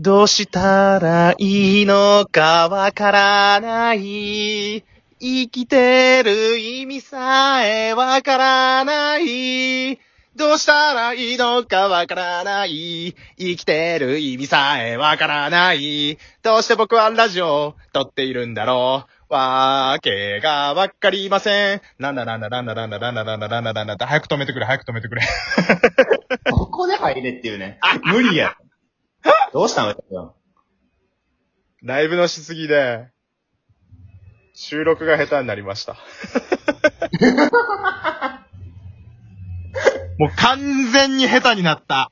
どうしたらいいのかわからない。生きてる意味さえわからない。どうしたらいいのかわからない。生きてる意味さえわからない。どうして僕はラジオを撮っているんだろう。わけがわかりません。なんだなんだなんだなんだなんだなんだなんだなんだって早く止めてくれ、早く止めてくれ。ここで入れっていうね。無理や。どうしたのよ。ライブのしすぎで、収録が下手になりました。 もう完全に下手になった。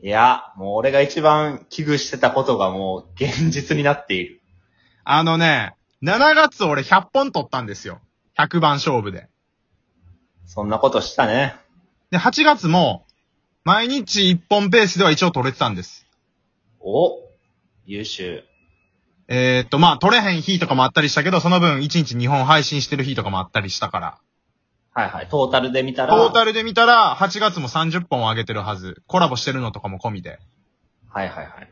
いや、もう俺が一番危惧してたことがもう現実になっている。あのね、7月俺100本取ったんですよ。100番勝負で。そんなことしたね。で、8月も、毎日1本ペースでは一応取れてたんです。お優秀。えー、っと、まあ、取れへん日とかもあったりしたけど、その分1日2本配信してる日とかもあったりしたから。はいはい。トータルで見たら。トータル。ルで見たら、8月も30本を上げてるはず。コラボしてるのとかも込みで。はいはいはい。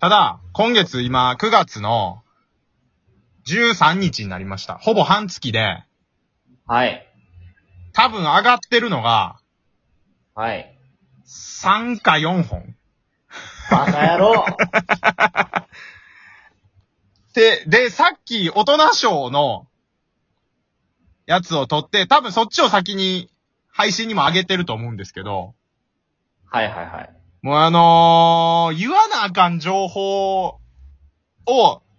ただ、今月今、9月の13日になりました。ほぼ半月で、はい。多分上がってるのがはい。 3か4本。バカ 野郎で、で、さっき大人賞のやつを取って、多分そっちを先に配信にも上げてると思うんですけど、はいはいはい。もうあのー言わなあかん情報を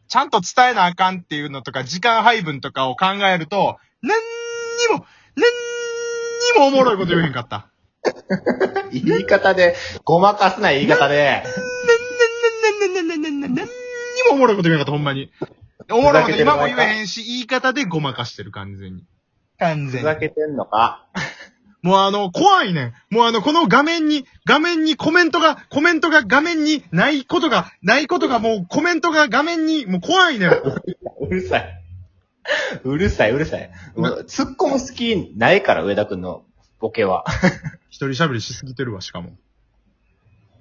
ちゃんと伝えなあかんっていうのとか、時間配分とかを考えると、なんにも、なんにもおもろいこと言えへんかった。言い方で、ごまかせない言い方で、な、な、な、な、な、な、な、なんにもおもろいこと言えなかった、ほんまに。おもろいこと今も言えへんし、言い方でごまかしてる、完全に。完ふ全ざに。けてんのか。もうあの、怖いねん。もうあの、この画面に、画面にコメントが、コメントが画面にないことが、ないことがもうコメントが画面に、もう怖いねん。うるさい。うるさい、うるさい。もう突っ込む隙ないから、上田くんのボケは。一人喋りしすぎてるわ、しかも。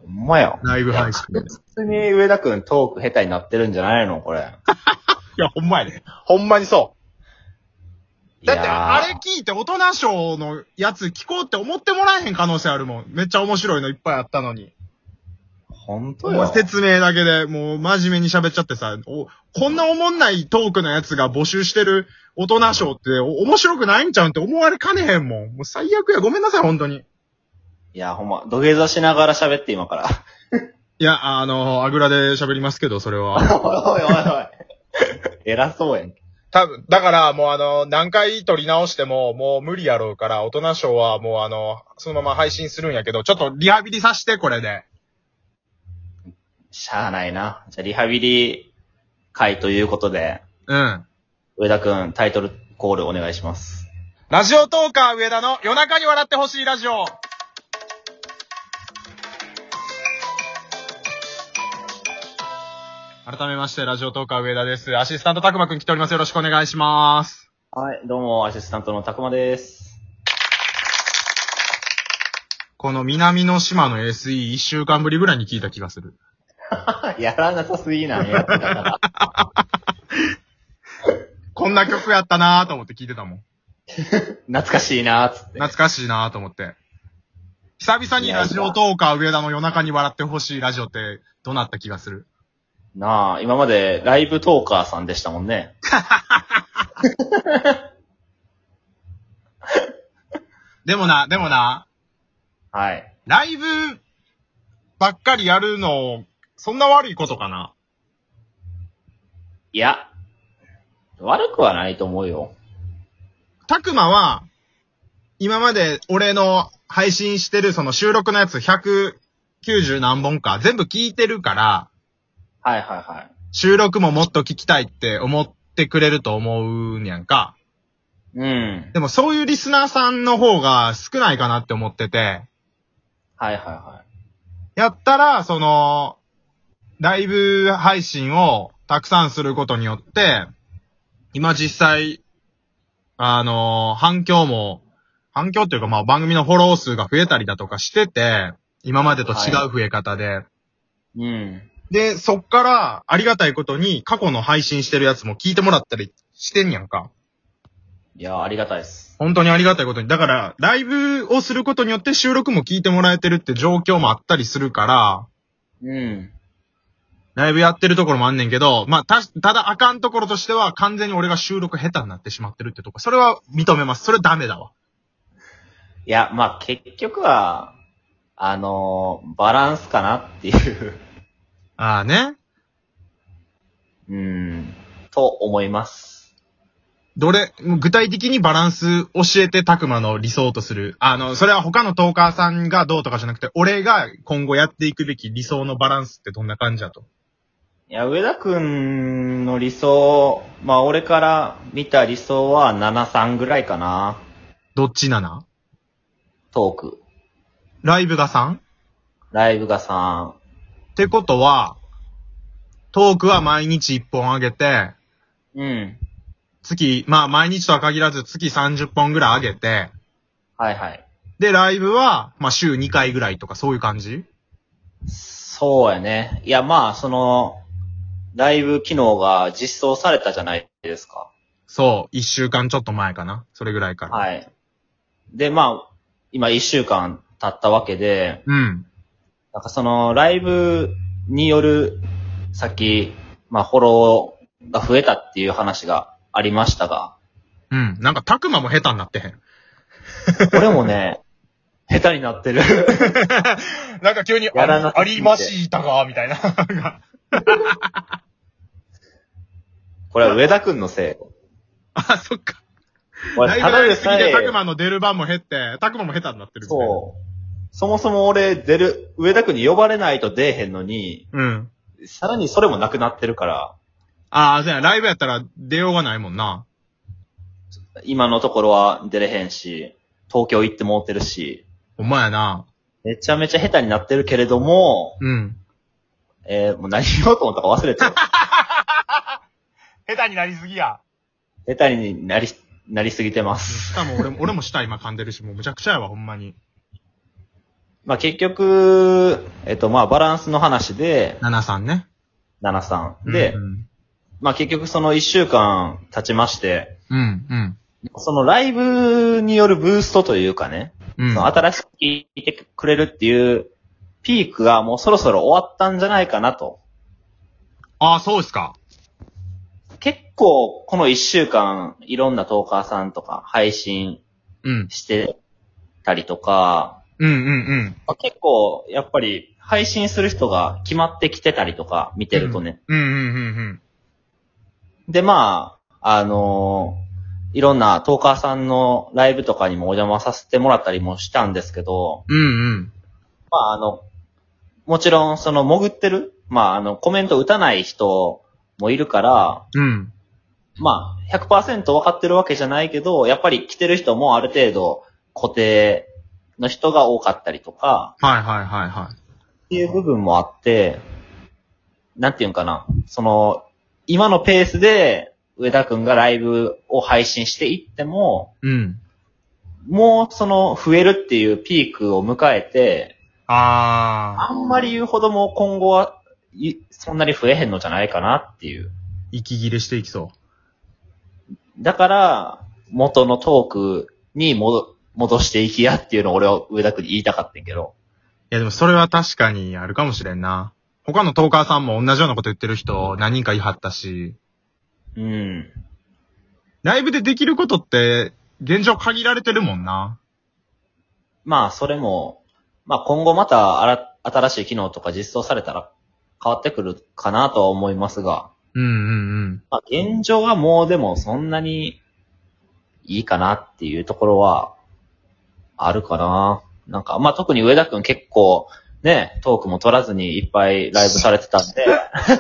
ほんまや。ライブ配信で。い普通に上田くんトーク下手になってるんじゃないのこ れ。や、ほんまやね。ほんまにそう。だって、いやーあれ聞いて大人賞のやつ聞こうって思ってもらえへん可能性あるもん。めっちゃ面白いのいっぱいあったのに。本当もうよ。説明だけで、もう真面目に喋っちゃってさ、おこんなおもんないトークのやつが募集してる大人賞ってお面白くないんちゃうんって思われかねへんもん。もう最悪や。ごめんなさい、本当に。いや、ほんま、土下座しながら喋って今から。いや、あの、あぐらで喋りますけど、それは。おいおいおいおい。 偉そうやん。多分だからもうあの、何回撮り直してももう無理やろうから、大人賞はもうあの、そのまま配信するんやけど、ちょっとリハビリさせて、これで。しゃあないな。じゃあ、リハビリ会ということで、うん。上田くん、タイトルコールお願いします。ラジオトーカー上田の夜中に笑ってほしいラジオ。改めまして、ラジオトーカー上田です。アシスタントたくまくん来ております。よろしくお願いします。はい、どうも、アシスタントのたくまです。 この南の島の SE 一週間ぶりぐらいに聞いた気がする。やらなさすぎなんや ってたから。こんな曲やったなぁと思って聞いてたもん。懐かしいなーっつって。懐かしいなぁと思って。久々にラジオトーカー上田の夜中に笑ってほしいラジオってどうなった気がする。なあ、今までライブトーカーさんでしたもんね。でもな、でもな、はい。ライブばっかりやるの、そんな悪いことかないや、悪くはないと思うよ。たくまは、今まで俺の配信してるその収録のやつ190何本か全部聞いてるから、はいはいはい。収録ももっと聞きたいって思ってくれると思うんやんか。うん。でもそういうリスナーさんの方が少ないかなって思ってて、はいはいはやったら、その、ライブ配信をたくさんすることによって、今実際、あの、反響も、反響というかまあ番組のフォロー数が増えたりだとかしてて、今までと違う増え方で、うん。で、そっから、ありがたいことに、過去の配信してるやつも聞いてもらったりしてんやんか。いやー、ありがたいです。本当にありがたいことに。だから、ライブをすることによって収録も聞いてもらえてるって状況もあったりするから、うん。ライブやってるところもあんねんけど、まあ、た、ただあかんところとしては、完全に俺が収録下手になってしまってるってとこ。それは認めます。それダメだわ。いや、まあ、結局は、あのーバランスかなっていう、ああね。うん、と思います。どれ、具体的にバランス教えてたくまの理想とする。あの、それは他のトーカーさんがどうとかじゃなくて、俺が今後やっていくべき理想のバランスってどんな感じだと。いや、上田くんの理想、まあ、俺から見た理想は7-3ぐらいかな、どっちななトーク。ライブが 3? っライブが3。てことは、トークは毎日1本上げて、うん。月、まあ毎日とは限らず月30本ぐらい上げて、はいはい。で、ライブは、まあ週2回ぐらいとかそういう感じそうやね。いや、まあ、その、ライブ機能が実装されたじゃないですか。そう、1週間ちょっと前かなそれぐらいから。はい。で、まあ、今1週間経ったわけで、うん。なんかその、ライブによる、さっき、まあ、フォローが増えたっていう話がありましたが、うん。なんか、たくまも下手になってへん。 これもね、下手になってる。なんか急に、やらなさあすぎてりましたが、みたいな。 これは上田くんのせい。あ、そっか。こラれイブただやりですぎさて、え、たくまの出る番も減って、たくまも下手になってるみたいな。そう。そもそも俺出る、上田くんに呼ばれないと出えへんのに、う。うん。さらにそれもなくなってるから、ああ、そうや、ライブやったら出ようがないもんな。今のところは出れへんし、東京行ってもうてるし、ほんまやな。めちゃめちゃ下手になってるけれども、うん。えーもう何言おうと思ったか忘 れてる。下手になりすぎや。下手になり、なりすぎてます。しかも俺も、俺も下今噛んでるし、もうむちゃくちゃやわ、ほんまに。まあ結局、えっとまあバランスの話で、 7さんね。 7-3。で、うん、まあ結局その1週間経ちまして、うん、うん。そのライブによるブーストというかね、うそんの新しく聞いてくれるっていうピークがもうそろそろ終わったんじゃないかなと。ああ、そうですか。結構この1週間いろんなトーカーさんとか配信うん。してたりとか、うん、うん、うん。まあ結構、やっぱり、配信する人が決まってきてたりとか、見てるとね。うん、うん、うん、うん。で、まあ、あのーいろんなトーカーさんのライブとかにもお邪魔させてもらったりもしたんですけど、うん、うん。まあ、あの、もちろん、その、潜ってる、まあ、あの、コメント打たない人もいるから、うん。まあ、100%分かってるわけじゃないけど、やっぱり来てる人もある程度、固定の人が多かったりとか、はい、はい、はい、はい。っていう部分もあって、なんていうんかな。その、今のペースで、上田くんがライブを配信していっても、うん。もうその増えるっていうピークを迎えて、ああ。あんまり言うほども今後は、いそんなに増えへんのじゃないかなっていう。息切れしていきそだから、元のトークに戻、戻していきやっていうのを俺は上田くんに言いたかったんやけど。う。いやでもそれは確かにあるかもしれんな。他のトーカーさんも同じようなこと言ってる人何人か言いはったし、うん。ライブでできることって現状限られてるもんな。まあ、それも、まあ今後またあら新しい機能とか実装されたら変わってくるかなとは思いますが、うんうんうん。まあ現状はもうでもそんなにいいかなっていうところはあるかな。なんか、まあ特に上田くん結構ね、トークも取らずにいっぱいライブされてたんで、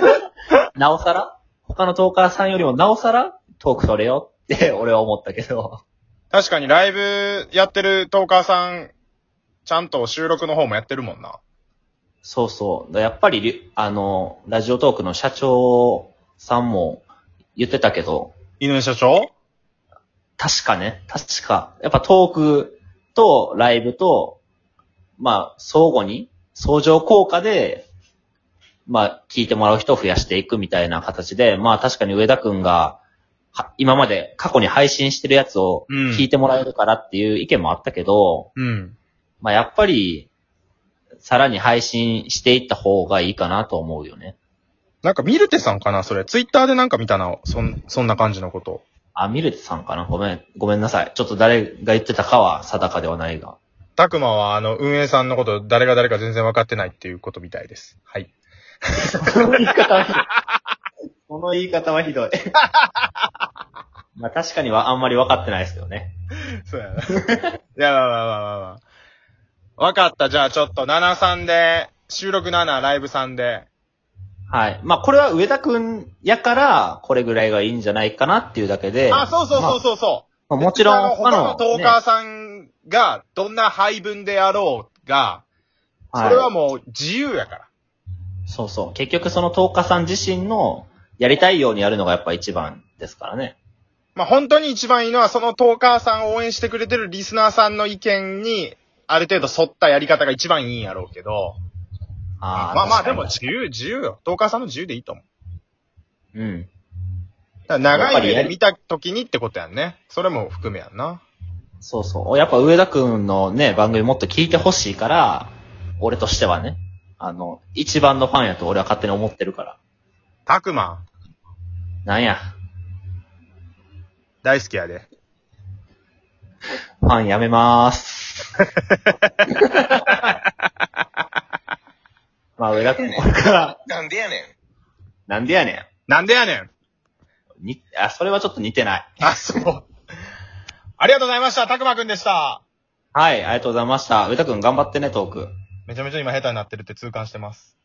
なおさら他のトーカーさんよりもなおさらトーク取れよって俺は思ったけど。確かにライブやってるトーカーさん、ちゃんと収録の方もやってるもんな。そうそう。やっぱりり、あの、ラジオトークの社長さんも言ってたけど、井上社長確かね、確か。やっぱトークとライブと、まあ、相互に、相乗効果で、まあ、聞いてもらう人を増やしていくみたいな形で、まあ確かに上田くんが、は今まで過去に配信してるやつをうん聞いてもらえるからっていう意見もあったけど、うん。まあやっぱり、さらに配信していった方がいいかなと思うよね。なんか、ミルテさんかなそれ。ツイッターでなんか見たな。そん、そんな感じのこと。あ、ミルテさんかなごめん、ごめんなさい。ちょっと誰が言ってたかは定かではないが。たくまは、あの、運営さんのこと、誰が誰か全然分かってないっていうことみたいです。はい。この言い方はひどい。この言い方はひどい。 まあ確かにはあんまり分かってないですよね。そうやな。いや、まあまあまあまあまあ。分かった。じゃあ、ちょっと、73で、収録7、ライブ3で。はい。まあこれは上田くんやから、これぐらいがいいんじゃないかなっていうだけで。あ、そうそうそうそうそう。まあもちろあのん、他のトーカねーさんが、どんな配分であろうが、それはもう自由やから。そうそう。結局その10日さん自身のやりたいようにやるのがやっぱ一番ですからね。まあ、本当に一番いいのは、そのトーカーさんを応援してくれてるリスナーさんの意見に、ある程度沿ったやり方が一番いいんやろうけど、あーまあまあ、確かでにも自由、自由よ。トーカーさんの自由でいいと思う。うん。だから長やっぱいり目やでり見た時にってことやんね。それも含めやんな。そうそう。やっぱ上田くんのね、番組もっと聞いてほしいから、俺としてはね、あの、一番のファンやと俺は勝手に思ってるから。たくま、なんや、大好きやで。ファンやめまーす。 まあ上田くん、これから、なんでやねん。なんでやねなんでやねんん。に、あ、それはちょっと似てない。あ、そう。ありがとうございました。たくまくんでした。はい、ありがとうございました。上田くん頑張ってね、トーク。めちゃめちゃ今下手になってるって痛感してます。